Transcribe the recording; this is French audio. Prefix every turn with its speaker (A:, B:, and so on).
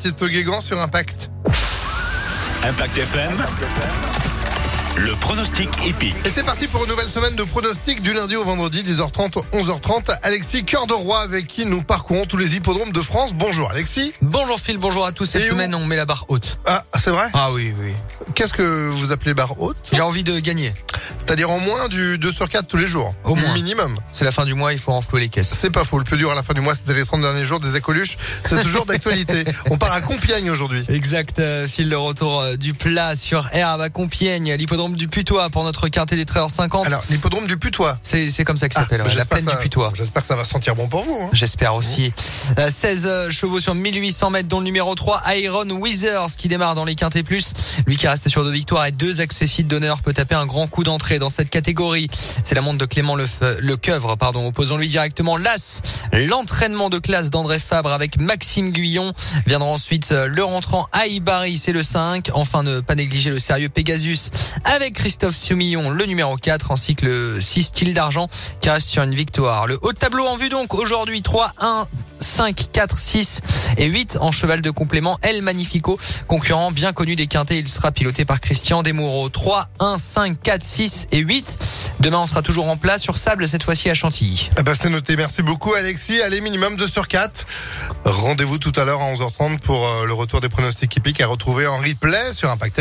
A: Baptiste Guégan sur Impact.
B: Impact FM, le pronostic épique.
A: Et c'est parti pour une nouvelle semaine de pronostics du lundi au vendredi, 10h30, 11h30. Alexis Cœur de Roi avec qui nous parcourons tous les hippodromes de France. Bonjour Alexis.
C: Bonjour Phil, bonjour à tous. Cette
A: Et où
C: semaine, on met la barre haute.
A: Ah, c'est vrai
C: Ah oui, oui.
A: Qu'est-ce que vous appelez barre haute
C: J'ai envie de gagner.
A: C'est-à-dire en moins du 2 sur 4 tous les jours.
C: Au moins.
A: Minimum.
C: C'est la fin du mois, il faut renflouer les caisses.
A: C'est pas faux. Le plus dur à la fin du mois, c'était les 30 derniers jours des écoluches. C'est toujours d'actualité. On part à Compiègne aujourd'hui.
C: Exact, euh, Phil, le retour euh, du plat sur Herbe à Compiègne, à l'hippodrome du Putois pour notre quintet des 13h50.
A: Alors, l'hippodrome du Putois.
C: C'est c'est comme ça que ça
A: Ah,
C: s'appelle,
A: bah,
C: ouais, la
A: j'espère
C: plaine
A: ça-
C: du Putois.
A: J'espère que ça va sentir bon pour vous. hein.
C: J'espère aussi. Euh, 16 euh, chevaux sur 1800 mètres, dont le numéro 3, Iron Withers, qui démarre dans les quintés plus. Lui qui reste sur deux victoires et deux accessibles d'honneur peut taper un grand coup d'entrée dans cette catégorie. C'est la montre de Clément Lef- euh, Lecoeuvre, pardon. Opposons-lui directement l'As. L'entraînement de classe d'André Fabre avec Maxime Guyon. Viendra ensuite euh, le rentrant Aïbari, c'est le 5. Enfin, ne pas négliger le sérieux Pegasus avec Christophe Soumillon, le numéro 4, ainsi que le 6 style d'argent qui reste sur une victoire. Le haut de tableau en vue donc aujourd'hui 3, 1, 5, 4, 6 et 8 en cheval de complément. El Magnifico, concurrent bien connu des quintés, il sera piloté par Christian Desmoureaux. 3, 1, 5, 4, 6 et 8. Demain, on sera toujours en place sur sable, cette fois-ci à Chantilly.
A: Ah bah, c'est noté. Merci beaucoup, Alexis. Allez, minimum 2 sur 4. Rendez-vous tout à l'heure à 11h30 pour euh, le retour des pronostics hippiques à retrouver en replay sur Impact.